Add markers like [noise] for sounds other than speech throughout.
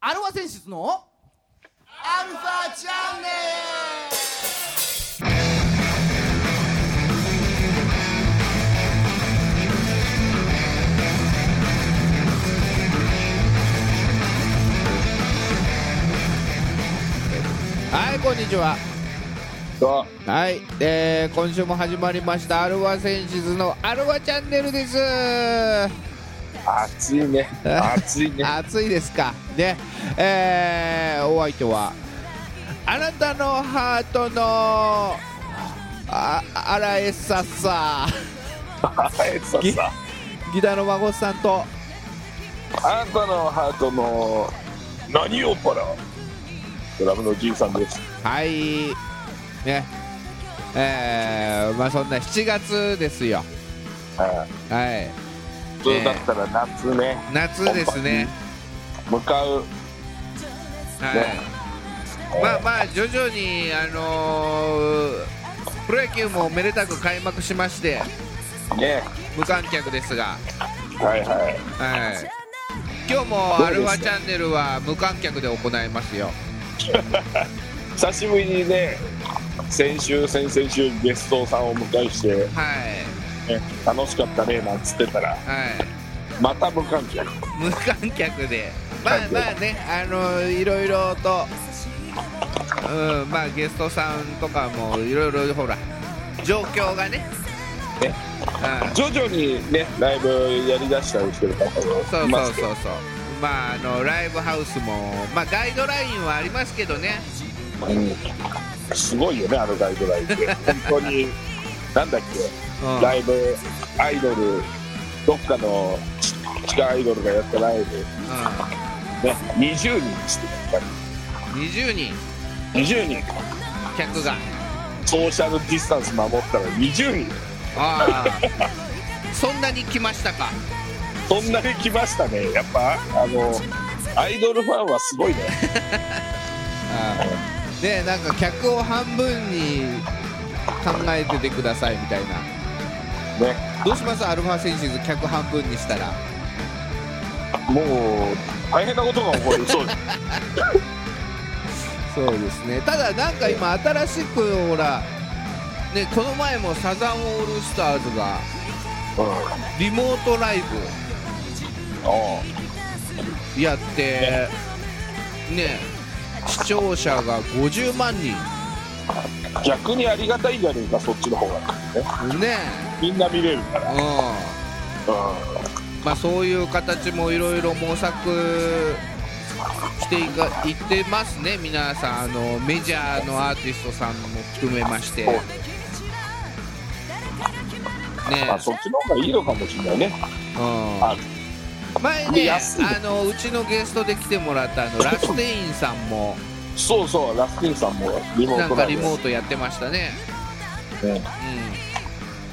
アルファ選出のアルファチャンネはいこんにちはがはい、えー今週も始まりましたアルワ選手のアルワチャンネルです暑いね暑いね暑いですかねえーお相手はあなたのハートのああらえささはいさぎさギターの孫さんとあんたのハートの何をパラドラムのじいさんですはいねえーまあそんな7月ですよははいい普通だったら夏ね夏ですね向かうはいまあまあ徐々にあのープロ野球もめでたく開幕しましてね無観客ですが、はいはいはい、今日も「アルファチャンネル」は無観客で行いますよ久しぶりにね先週先々週ゲストさんをお迎えして、はいね、楽しかったねなんつってたらはいまた無観客無観客でまあまあねあのーいろいろと、うん、まあゲストさんとかもいろいろほら状況がねねうん徐々にねライブやりだしたりしてる方そもういそまうすけそどうそうまああのライブハウスもまあガイドラインはありますけどねうんすごいよねあのガイドラインって本当になんだっけ、うんライブアイドルどっかの地地下アイドルがやったライブ、ね、う20人してやっん20人たり20人客がソーシャルディスタンス守ったら20人ああそんなに来ましたかそんなに来ましたねやっぱあのアイドルファンはすごいねねなんか客を半分に考えててくださいみたいなねどうしますアルファセンシズ客半分にしたらもう大変なことが起こりそうですそうですねただなんか今新しくほらねこの前もサザンオールスターズがうんリモートライブあやってね視聴者が50万人あ逆にありがたいんじゃねえかそっちの方がねねみんな見れるから、うんうまあそういう形もいろいろ模索していかいってますね皆さんあのメジャーのアーティストさんも含めましてそねうんまあ、そっちの方がいいのかもしれないねうんあ前ね安いあのうちのゲストで来てもらったあのラステインさんもそうそうラスティンさんもリモなーんトかライリブモートやってましたねね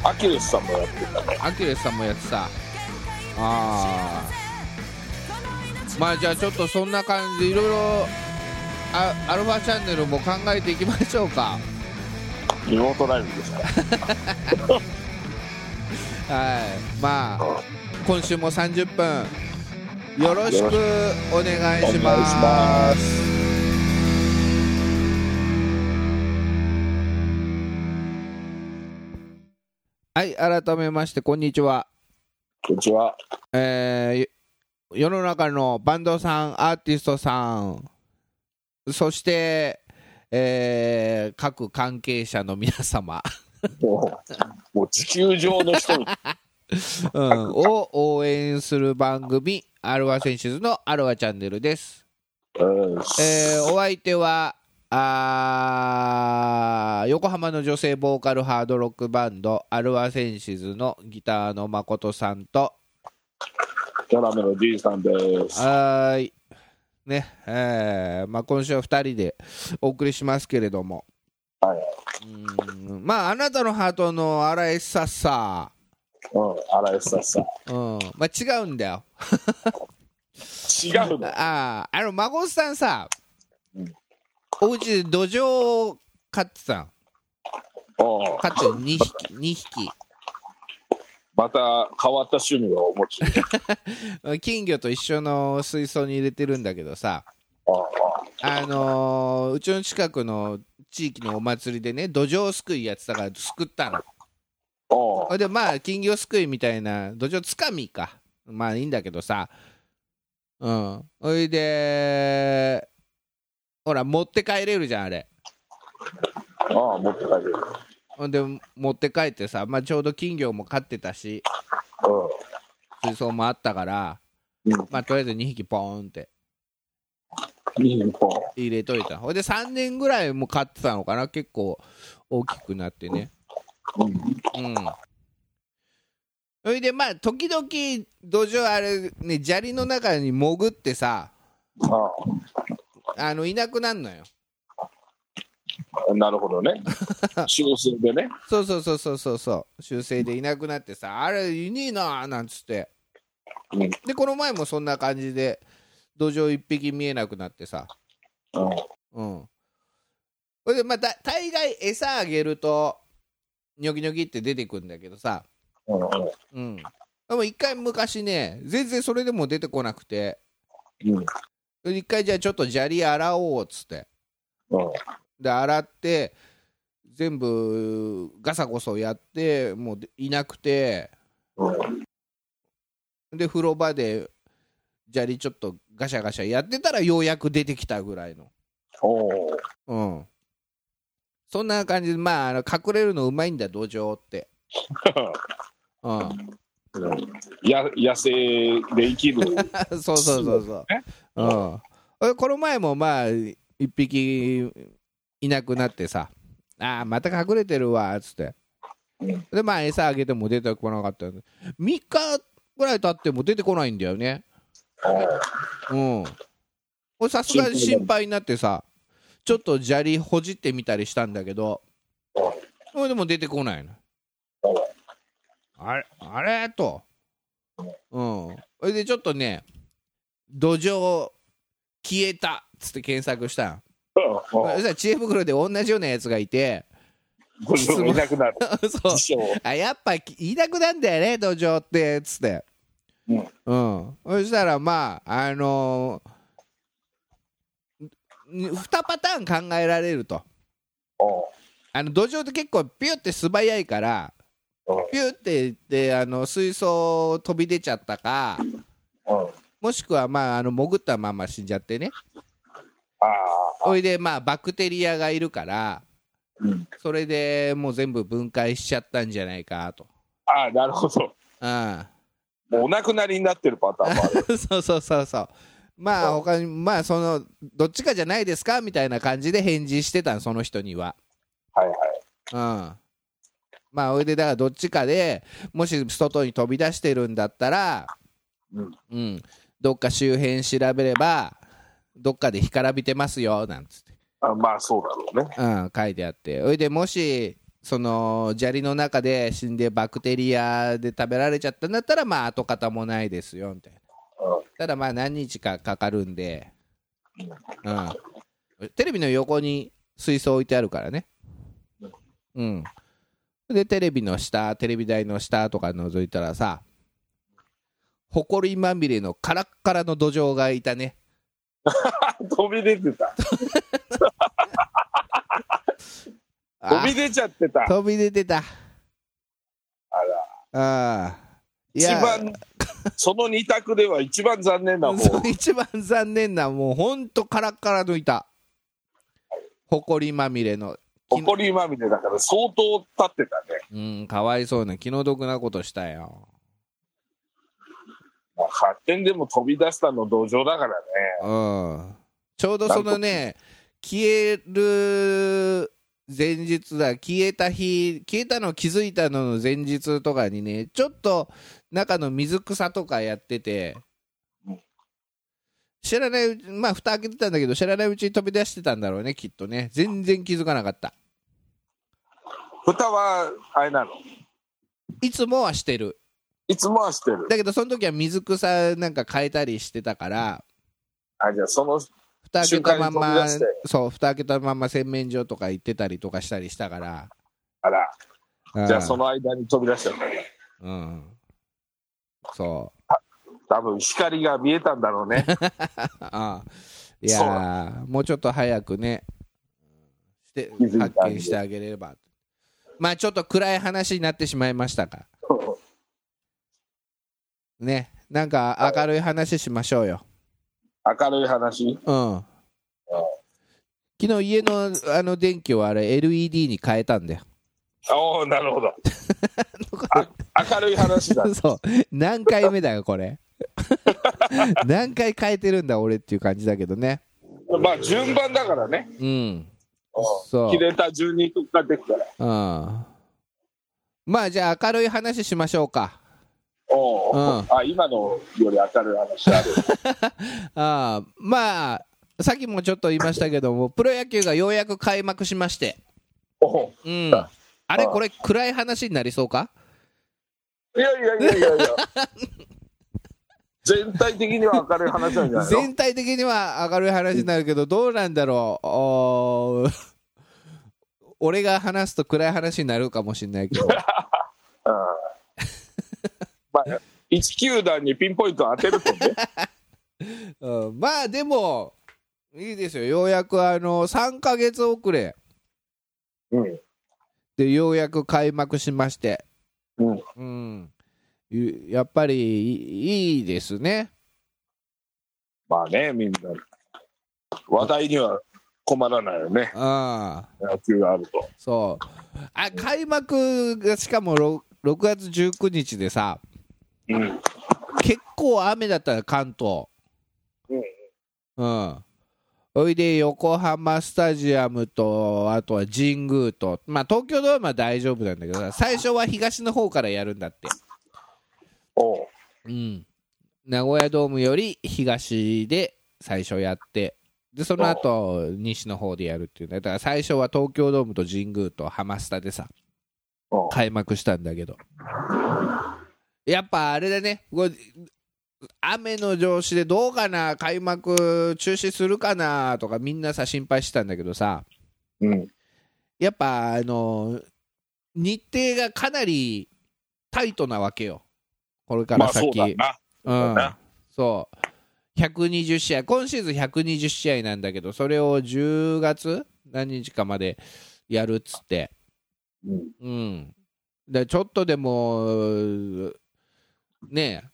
うんアキレスさんもやってたねアキレスさんもやってたあーまあじゃあちょっとそんな感じでいろいろあアルファチャンネルも考えていきましょうかリモートライブですからはいまあ今週も30分よろしくよろしくお願いしお願いしまますはい改めましてこんにちはこんにちはえー世の中のバンドさんアーティストさんそして、えー各関係者の皆 [laughs] 様、もうもう地球上の [laughs] 人にうんを応援する番組「アルワ選手図のアルワチャンネル」です、うんえーお相手はあー横浜の女性ボーカルハードロックバンドアルワセンシズのギターの誠さんとドラムのじいさんですはーい。ね、えーまあ、今週は2人でお送りしますけれども。はいうーんまあ、あなたのハートの荒井ささ、うん荒井さんさうん、まあ、違うんだよ。ん違うのああ、あの、孫さんさうん、おうちで土壌を飼ってたの。おう飼ってる2匹、2匹。また変わった趣味をお持ちで金魚と一緒の水槽に入れてるんだけどさあああのーうちの近くの地域のお祭りでね土壌すくいやってたからすくったのあほいでまあ金魚すくいみたいな土壌つかみかまあいいんだけどさうんほいでほら持って帰れるじゃんあれあああ持って帰るほんで持って帰ってさ、まあ、ちょうど金魚も飼ってたし水槽もあったから、うんまあ、とりあえず2匹ポーンってうんいいねこ入れといたほいで3年ぐらいも飼ってたのかな結構大きくなってねううんうんそれでまあ時々土壌あれね砂利の中に潜ってさああのいなくなるのよあなるほど [laughs] ね修正でねそうそうそうそうそうそう修正でいなくなってさあれいねえななんつってうんでこの前もそんな感じで土壌一匹見えなくなってさうんうんそれでまあだ大概餌あげるとニョキニョキって出てくるんだけどさうんうんうんでも一回昔ね全然それでも出てこなくてうん一回じゃあちょっと砂利洗おうっつってうんで洗って全部ガサゴソやってもうでいなくてうんで風呂場で砂利ちょっとガシャガシャやってたらようやく出てきたぐらいのおおうんそんな感じでまああの隠れるのうまいんだ土壌ってうんや野生で生きる [laughs] そうそうそうそううん俺この前もまあ一匹いなくなってさああまた隠れてるわっつってうんでまあ餌あげても出てこなかった3日ぐらい経っても出てこないんだよねうん俺さすがに心配になってさちょっと砂利ほじってみたりしたんだけどそれでも出てこないのあれあれとうんそれでちょっとね土壌消えたっつって検索したんうんそしたら知恵袋で同じようなやつがいて [laughs] これもいなくなるそう師匠あやっぱいなくなんだよね土壌ってつってうんうんそしたらまああのー、2パターン考えられるとあの土壌って結構ピュって素早いからうんピュっていってあの水槽飛び出ちゃったかうんもしくはまああの潜ったまま死んじゃってねああそれでまあバクテリアがいるからうんそれでもう全部分解しちゃったんじゃないかと。ああなるほどうんもうお亡くなりになってるパターンもあ [laughs] るそうそうそうそうまあうん他にまあそのどっちかじゃないですかみたいな感じで返事してたのその人にははいはいうんまあおいでだからどっちかでもし外に飛び出してるんだったらうんうんどっか周辺調べればどっかで干からびてますよなんつって、あまあそうだろうねうん、書いてあっておいでもしその砂利の中で死んでバクテリアで食べられちゃったんだったらまあ跡形もないですよみたいなただまあ何日かかかるんで、うん、テレビの横に水槽置いてあるからねうんでテレビの下テレビ台の下とか覗いたらさほこりまみれのカラッカラの土壌がいたねうん飛び出てた飛あび出ちゃってた飛び出てたあらああい一番その二択では一番残念な方そう一番残念なもうほんとカラッカラのいたほこりまみれの怒りまみれだから相当立ってたねうん、かわいそうな気の毒なことしたよ。まあ発展でも飛び出したの同情だからねうん。ちょうどそのね、消える前日だ、消えた日、消えたの気づいたのの前日とかにね、ちょっと中の水草とかやっててうん、知らないうち、まあ、蓋開けてたんだけど、知らないうちに飛び出してたんだろうね、きっとね。全然気づかなかった。蓋はあれなのいつもはしてる。いつもはしてるだけど、その時は水草なんか変えたりしてたから、あじゃあその蓋開けたまん瞬間まに飛び出そう蓋開けたまんま洗面所とか行ってたりとかしたりしたからあらうんじゃあその間に飛び出しちゃったんだうん。そう。多分光が見えたんだろうね [laughs] ああいやーもうちょっと早くねして気づいてあげる発見してあげればまあちょっと暗い話になってしまいましたがねなんか明るい話しましょうよ明るい話うん昨日家のあの電気をあれ LED に変えたんだよおおなるほどあ明るい話だ [laughs] そう何回目だよこれ何回変えてるんだ俺っていう感じだけどね [laughs] まあ順番だからねうんうんそう切れた順に取っかってくからうんまあじゃあ明るい話しましょうかおお、うんあ今のより明るい話あるああまあさっきもちょっと言いましたけどもプロ野球がようやく開幕しましておおうんあれこれ暗い話になりそうかいやいやいやいやいや全体的には明るい話なんじゃないの全体的には明るい話になるけどどうなんだろうおー [laughs] 俺が話すと暗い話になるかもしれないけどうんまあ1球団にピンポイント当てるとねうんまあでもいいですよようやくあの3ヶ月遅れうんでようやく開幕しましてうんうん、ゆやっぱりいいいですね。まあねみんな話題には困らないよねああ野球があるとそうあ開幕がしかもろ 6, 月19日でさうん結構雨だったの関東。うんおいで横浜スタジアムとあとは神宮と、まあ、東京ドームは大丈夫なんだけどさ最初は東の方からやるんだって、おううん、名古屋ドームより東で最初やってでその後西の方でやるっていうねだから最初は東京ドームと神宮とハマスタでさおう開幕したんだけどやっぱあれだねこう雨の調子でどうかな開幕中止するかなとかみんなさ心配してたんだけどさうんやっぱあの日程がかなりタイトなわけよこれかまらあそう先、だなうんな、そう120試合今シーズン120試合なんだけどそれを10月何日かまでやるっつってうんうんでちょっとでもねえ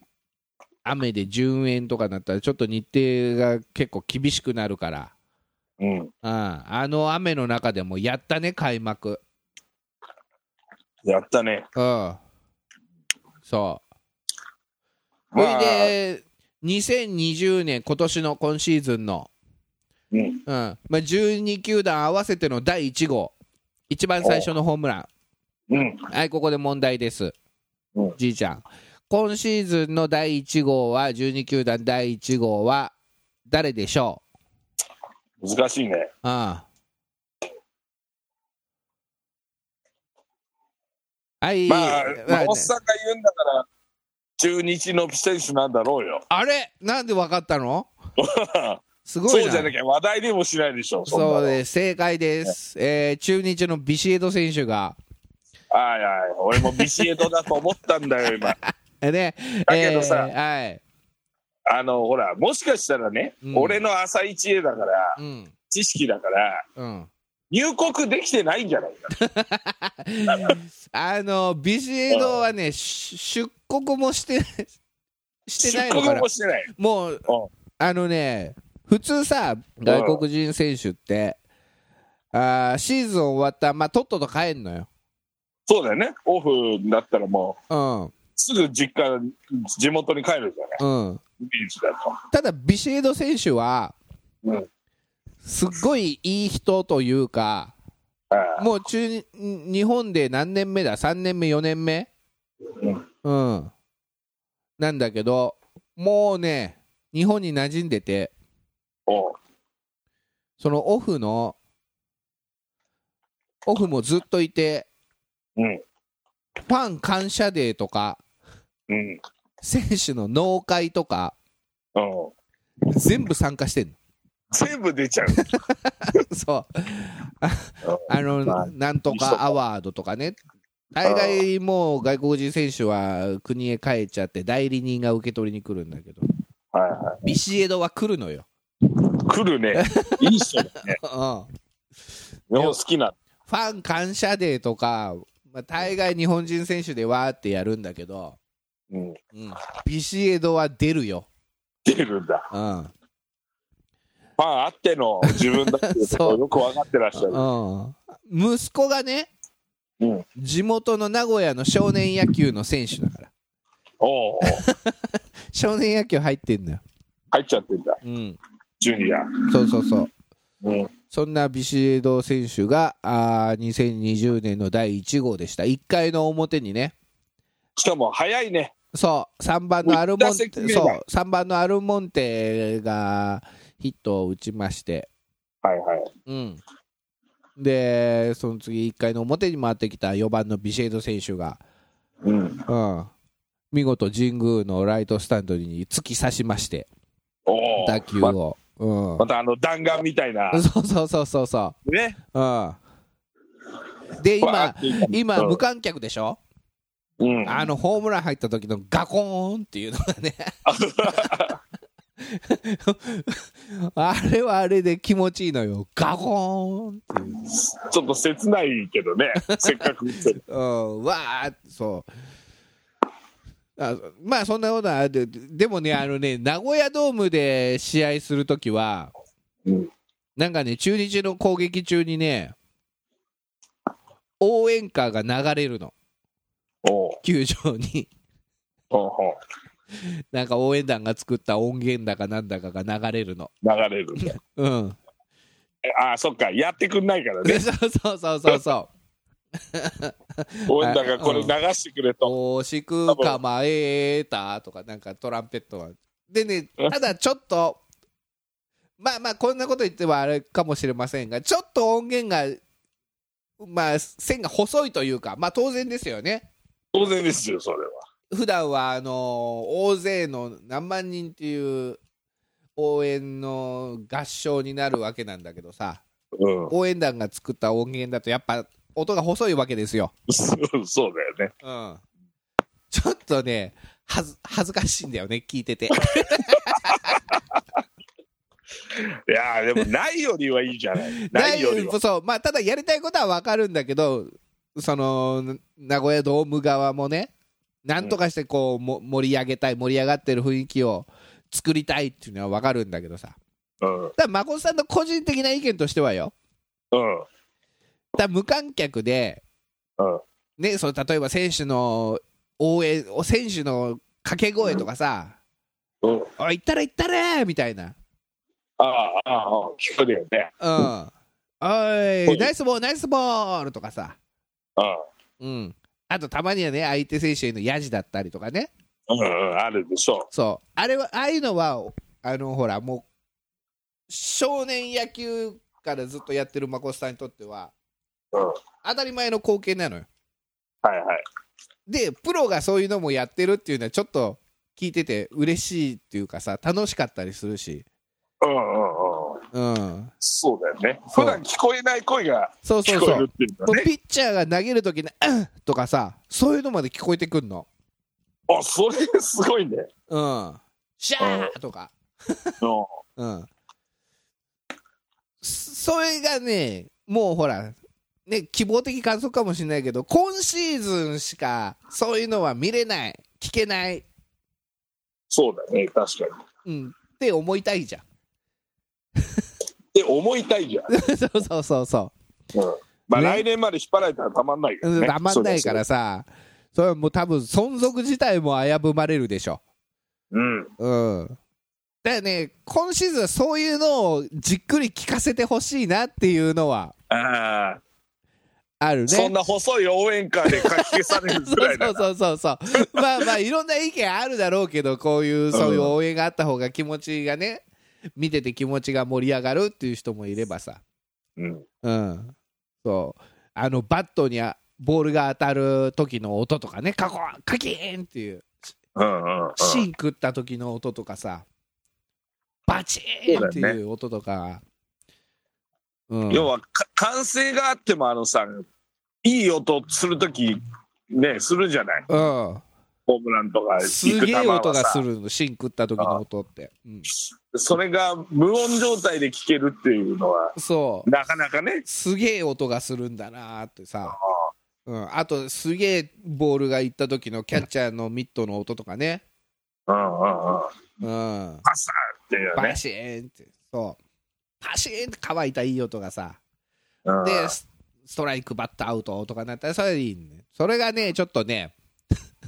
雨で順延とかなったらちょっと日程が結構厳しくなるから、うんうん、あの雨の中でもやったね開幕やったねうんそうほいまあで、2020年、今年の今シーズンの、うんうんまあ、12球団合わせての第1号、一番最初のホームラうんン、はい、ここで問題ですうん、じいちゃん。今シーズンの第1号は、12球団第1号は、誰でしょ難しいねうああはい、まあ、まああねおっさんが言うんだから中日の選手なんだろうよあれなんで分かった [laughs] のすごいそな。うじゃなきゃ話題にもしないでしょんなのそうです、正解です。えー中日のビシエド選手が、はいはい俺もビシエドだと思ったんだよ今 [laughs] えね、だけどさえーはい、あのほらもしかしたらね、うん俺の朝一へだからうん、知識だからうん。入国できてないんじゃないかあの、ビシエドはね、し出国もして、してない出のか国なも。してないもううん、あのね、普通さ、外国人選手って、あーシーズン終わったら、まあ、とっとと帰んのよ。そうだよねオフになったらもううんすぐ実家地元に帰るじゃない、うん、ビーチだとただ、ビシエド選手は、うんすっごいいい人というか、ああもう中日日本で何年目だ3年目4年目うん、なんだけどもうね日本に馴染んでておうそのオフのオフもずっといてうんファン感謝デーとかうん選手の納会とかうん全部参加してん全部出 [laughs] ちゃうの [laughs] そうああのまあなんとかアワードとかね大概もう外国人選手は国へ帰っちゃって代理人が受け取りに来るんだけどはいはビシエドは来るのよ、い。来るね。いい人だね。うん、フ日本好きな。ァン感謝デーとか、まあ、大概日本人選手でわーってやるんだけど、ううん。ん、ビシエドは出るよ、出るんだ。うんファンあっての自分だっていうと [laughs] こそうよく分かってらっしゃる。うん、息子がねうん。地元の名古屋の少年野球の選手だからおお。少年野球入ってんだよ、入っちゃってんだ。うん、ジュニア。そうそうそううん。そんなビシエド選手があー2020年の第1号でした、1回の表にね、しかも早いね。そう3番のアルモン打席目テがそう3番のアルモンテがヒットを打ちまして、はいはい。うん、で、その次、1回の表に回ってきた4番のビシエド選手が、うん。うん、見事、神宮のライトスタンドに突き刺しまして、おお。打球まを。うんまたあの弾丸みたいな。そうそうそうそうそね。う、うん、でわー今っていう感じ今無観客でしょうん。あのホームラン入った時のガコーンっていうのが [laughs] ねあれはあれで気持ちいいのよガコーンっていう、ちょっと切ないけどね。せっかく打ってる。うん、わーそうあまあそんなことはででもねあのね名古屋ドームで試合する時はうん。なんかね中日の攻撃中にね応援歌が流れるのおお。球場にほうほうなんか応援団が作った音源だかなんだかが流れるの流れるね。うんああ、そっか。やってくんない [laughs] からね。そうそうそうそうそう応援団がこれ流してくれ「と。おしく構えた」とかなんかトランペットはでねただちょっとまあまあこんなこと言ってはあれかもしれませんがちょっと音源がまあ線が細いというかまあ当然ですよね当然ですよ、それは。普段はあのー大勢の何万人っていう応援の合唱になるわけなんだけどさう応援団が作った音源だとやっぱ音が細いわけですよん。 [laughs] そうそうだよね。うんちょっとねはず恥ずかしいんだよね聞いてていやーでもないよりはいいじゃ [laughs] ない。 [laughs] ないよりは。そうまあただやりたいことは分かるんだけどその名古屋ドーム側もねなんとかしてこう、も盛り上げたい盛り上がってる雰囲気を作りたいっていうのは分かるんだけどさうん。ただ誠さんの個人的な意見としてはようん。ただ無観客で、うんね、その例えば選手の応援選手の掛け声とかさうん。 「おい行ったれ行ったれ!」みたいなああ、ああ、聞こえるよね。 「うん、おいナイスボールナイスボール!」とかさ、ううん、あとたまにはね相手選手へのやじだったりとかねん。うん、うん、あるでしょそうあれはああいうのはあのほらもう少年野球からずっとやってる誠さんにとってはう。うん。は当たり前の光景なのよ。いはい。でプロがそういうのもやってるっていうのはちょっと聞いてて嬉しいっていうかさ楽しかったりするし、うんうんうん。うん、そうだよね。そう普段聞こえない声がそうそ聞うこそえうるっていうもかうね。ピッチャーが投げるときに「うん」とかさそういうのまで聞こえてくんのあ、それすごいね。 「うん、シャー!」とか、うん。うん、そそれがねもうほらね希望的観測かもしれないけど今シーズンしかそういうのは見れない聞けない、そうだね、確かに。うん、って思いたいじゃんで、思いたいじゃん。 [laughs] そうそうそうそううん。まあ、ね来年まで引っ張られたらたまんないけどうんね。たまんないからさ、それはもう多分存続自体も危ぶまれるでしょ。そうだよ。うん。うん。だよね、今シーズンはそういうのをじっくり聞かせてほしいなっていうのはああ。あるね。そんな細い応援歌で書き消されるそぐらういだそうそうそうそうまあまあいろんな意見あるだろうけどこういうそういう応援があった方が気持ちがね見てて気持ちが盛り上がるっていう人もいればさうん、うんそうあのバットにあボールが当たる時の音とかねカコンカキーンっていううんうんうん芯食った時の音とかさバチーンっていう音とか、うん、要はか歓声があってもあのさいい音するとき、ね、するじゃない。うん、ホームランとか、すげえは音がさするの、芯食った時の音って。うん、それが無音状態で聞けるっていうのは、そう、なかなかね、すげえ音がするんだなーってさ、うん、あと、すげえボールが行った時のキャッチャーのミットの音とかね、うんうんうん、うん、パサーっていうパね。シーンって、そう、パシーンって乾いたいい音がさ、うんで、スストライク、バット、アウトとかなったら、それでいいね。それがね、ちょっとね、 [laughs]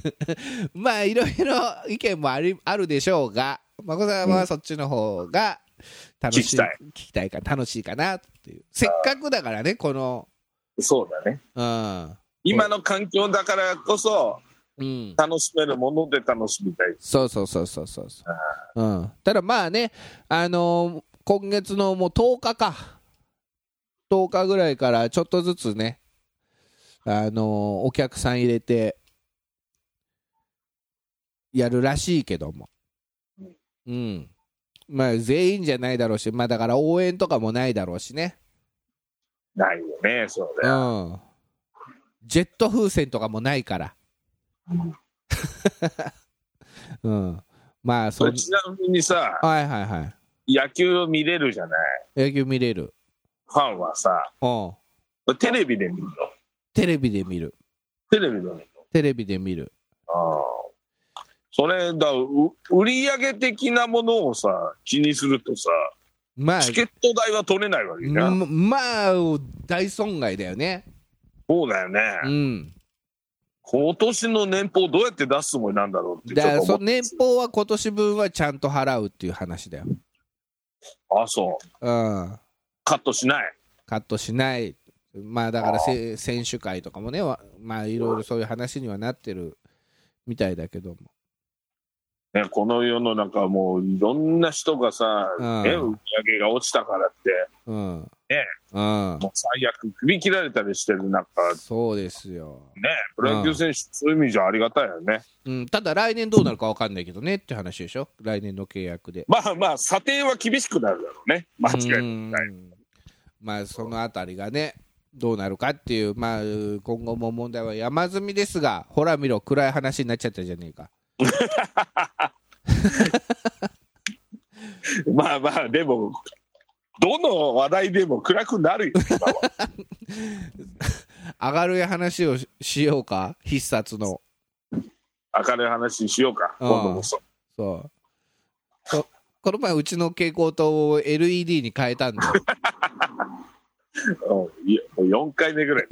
まあ、いろいろ意見もありあるでしょうが、まこさんはそっちの方が楽しい、聞きたい聞きたいか、楽しいかなっていう。せっかくだからね、この、そうだね。うん。今の環境だからこそ、うん。楽しめるもので楽しみたい。そうそうそうそうそうそう。うん。ただまあね、あのー今月のもう10日か。10日ぐらいからちょっとずつね、あのーお客さん入れて、やるらしいけども。うん。まあ全員じゃないだろうし、まあだから応援とかもないだろうしね。ないよね、そううだよ。ん。ジェット風船とかもないから。 [laughs] うん。まあ、そそれんちなみにさ、はいはいはい。野球を見れるじゃない。野球見れる。ファンはさ、うん。テレビで見るの。テレビで見る。テレビで見るの。テレビで見る。ああそれだう売り上げ的なものをさ気にするとさまあ、チケット代は取れないわけじゃん、んまあ、大損害だよね。そうだよね、うん。今年の年俸どうやって出すつもりなんだろうってだちょかっら、と思そっの年俸は今年分はちゃんと払うっていう話だよ。うん。あそうカットしないカットしない。まあ、だからせ、選手会とかもね、わまあ、いろいろそういう話にはなってるみたいだけども。ね、この世の中もういろんな人がさ、うんね、売り上げが落ちたからってうん。えうん。もう最悪首切られたりしてる中そうですよ。ねプロ野球選手そういう意味じゃありがたいよね、うん、ただ来年どうなるかわかんないけどねって話でしょ。来年の契約で。まあまあ査定は厳しくなるだろうね間違いない、うんまあそのあたりがねどうなるかっていうまあ今後も問題は山積みですがほら見ろ暗い話になっちゃったじゃねえかまあまあでもどの話題でも暗くな [laughs] るよ今は明るい話をししようか必殺の明るい話しようかうん今度こそそうそこの前うちの蛍光灯を LED に変えたん [laughs] だようんいやもう4回目ぐらい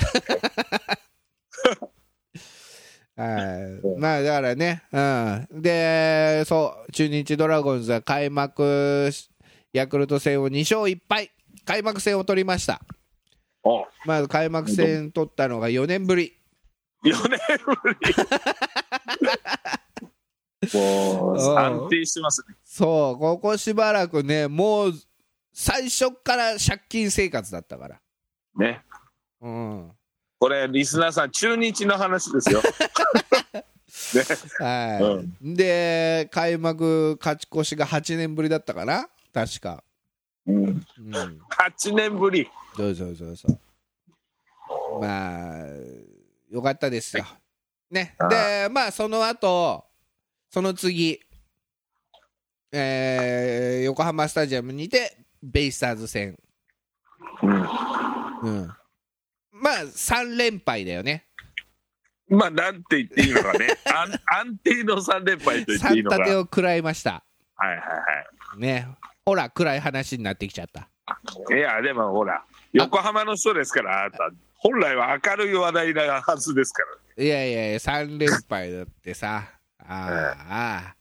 はいまあだからね、うん、でそう中日ドラゴンズは開幕しヤクルト戦を2勝1敗開幕戦を取りましたおまあ、開幕戦取ったのが4年ぶり、 4年 [laughs] ぶりもうんう安定してますねそう、ここしばらくね、もう最初から借金生活だったから、ねうん、はこれリスナーさん中日の話で [laughs] すよい、うで、開幕勝ち越しが8年ぶりだったかな、確か、うんうん、 8年ぶりそうそうそうそう、まあ、よかったですよ、ね、で、まあ、その後その次、えー横浜スタジアムにて、ベイスターズ戦。うんうん、まあ3連敗だよねまあなんて言っていいのかね安安定の3連敗と言っていい3のか立はていを食らいましたはいはいねほら暗い話になってきちゃったいや、でもほら、横浜の人ですから、あなた、本来は明るい話題なはずですかいやいやいや3連敗だってさあーあ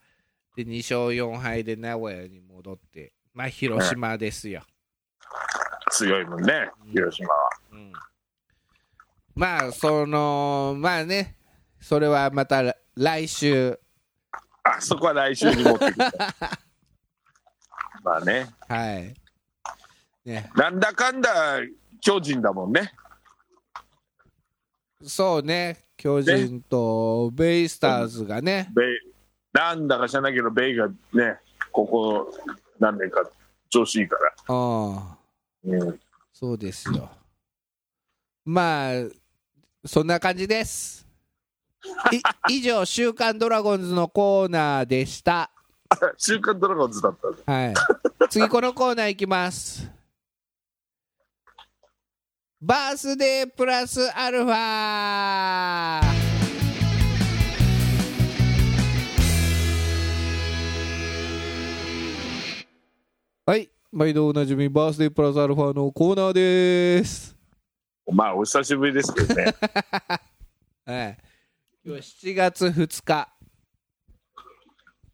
ーで2勝4敗で名古屋に戻ってまあ広島ですよ、ら、強いもんね、広島は。うん、まあそのまあねそれはまた来週あそこは来週に持ってくる。まあね、はいねなんだかんだ巨人だもんね。そうね巨人とベイスターズがね、ベイなんだか知らないけど、ベイがね、ここ何年か調子いいかああら。うん、そうですよ。まあ、そんな感じです。い以上、週刊ドラゴンズのコーナーでした。週刊ドラゴンズだったんだはい、次、このコーナーいきます。バースデープラスアルファはい、毎度おなじみ、バースデープラスアルファのコーナーです。まあお久しぶりですけどねはい、今日7月2日。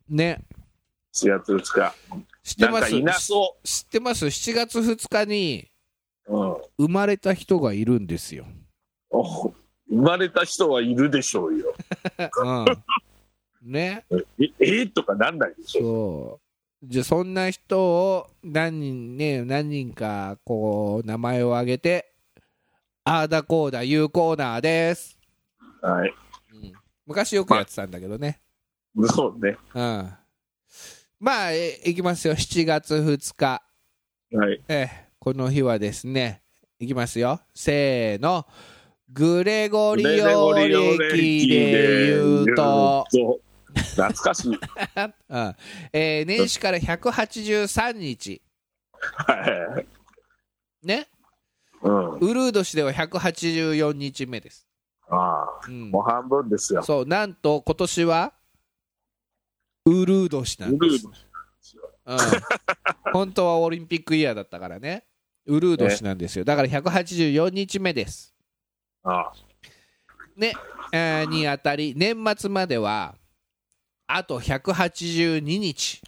ね、 4月2日知ってなんまかすいなそ知ってます7月2日にう、うん、生まれた人がいるんですよ、お生まれた人はいるでしょうようん、ねええーとかなんないでしょそうじゃあそんな人を何人ね何人かこう名前を挙げてああだこうだいうコーナーです、はいうん、昔よくやってたんだけどね、そうねうん、まあえいきますよ7月2日はいええ、この日はですね、いきますよ、せーの、グレゴリオ歴で言うと、そう懐かしいうんえー年始から183日、はいね、うんウルード氏では184日目です。ああうんもう半分ですよそうなんと今年はウルード氏なんウルでーすド。うん、本当はオリンピックイヤーだったからね、ウルード氏なんですよ。だから184日目です。ああね、えーにあたり年末まではあと182日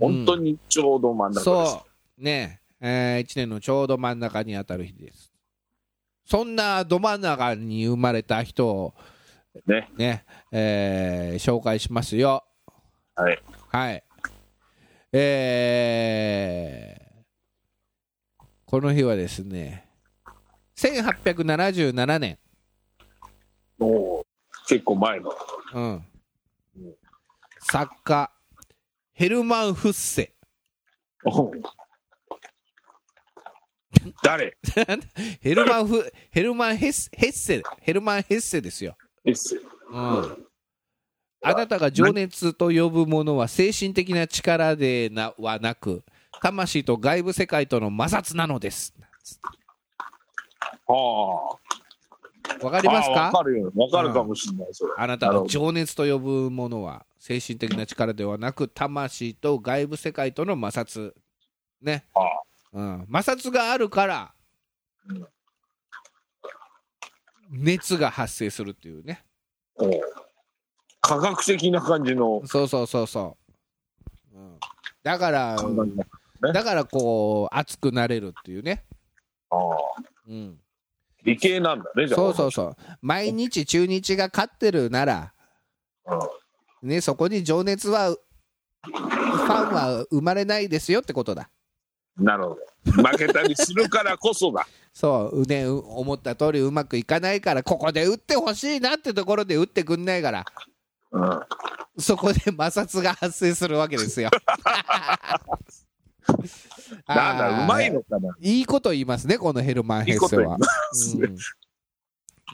本当にちょうど真ん中です、そうねえ1年のちょうど真ん中にあたる日ですそんなど真ん中に生まれた人をねね、えー紹介しますよはいはいえーこの日はですね1877年もう結構前のうん、作家ヘルマン・フッセうん誰ヘルマンフヘルマンヘッセヘッセヘルマン・ヘッセですよ、ですうん、あなたが情熱と呼ぶものは精神的な力でなはなく魂と外部世界との摩擦なのですああわかりますああかわかるよわかるかもしれない、それあなたの情熱と呼ぶものは精神的な力ではなく魂と外部世界との摩擦ねああうん、摩擦があるから熱が発生するっていうねおう科学的な感じのそうそうそうそう、うん、だから考え方だからこう熱くなれるっていうね、ああうん、理系なんだねじゃあそうそうそう毎日中日が勝ってるなら、うんね、そこに情熱はファンは生まれないですよってことだなるほど負けたりするからこそだそう、ね、う思った通りうまくいかないからここで打ってほしいなってところで打ってくんないからうんそこで摩擦が発生するわけですよ。 [laughs] なんだうまいののかないいこと言いますね、このヘルマン・ヘッセいいはこと言い。ますねうん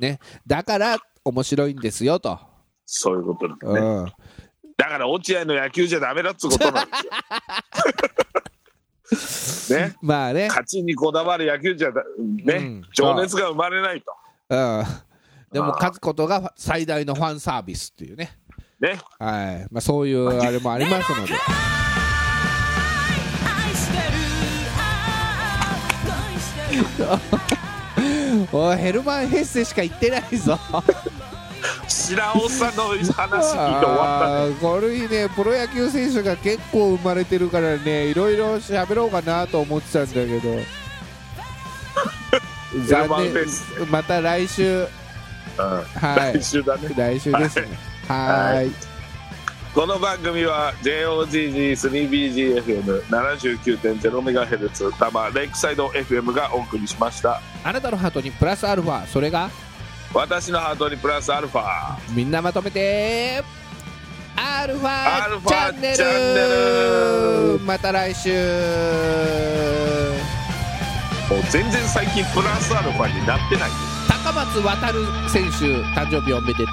ね、だから面白いんですよと。そういうことうだねんだから落合の野球じゃダメだっつうことなん [laughs] ですよねまあね、勝ちにこだわる野球じゃだね、うん情熱が生まれないとうん、でもあー勝つことが最大のファンサービスっていうね、ねはいまあ、そういうあれもありますので。愛してるああ恋してるおい、ヘルマン・ヘッセしか言ってないぞ。白尾さんの話聞いて終わあっーこれにねプロ野球選手が結構生まれてるからねいろいろ喋ろうかなと思ってたんだけどヘルマン残フェス念また来週たね、はうん、い来週だね来週ですねはーいこの番組は JOGG3BGFM79.0MHz 多摩レイクサイド FM がお送りしましたあなたのハートにプラスアルファそれが私のハートにプラスアルファみんなまとめてアルフアルァファチャンネルチャンネルまた来週もう全然最近プラスアルファになってない高松津航選手誕生日おめでとう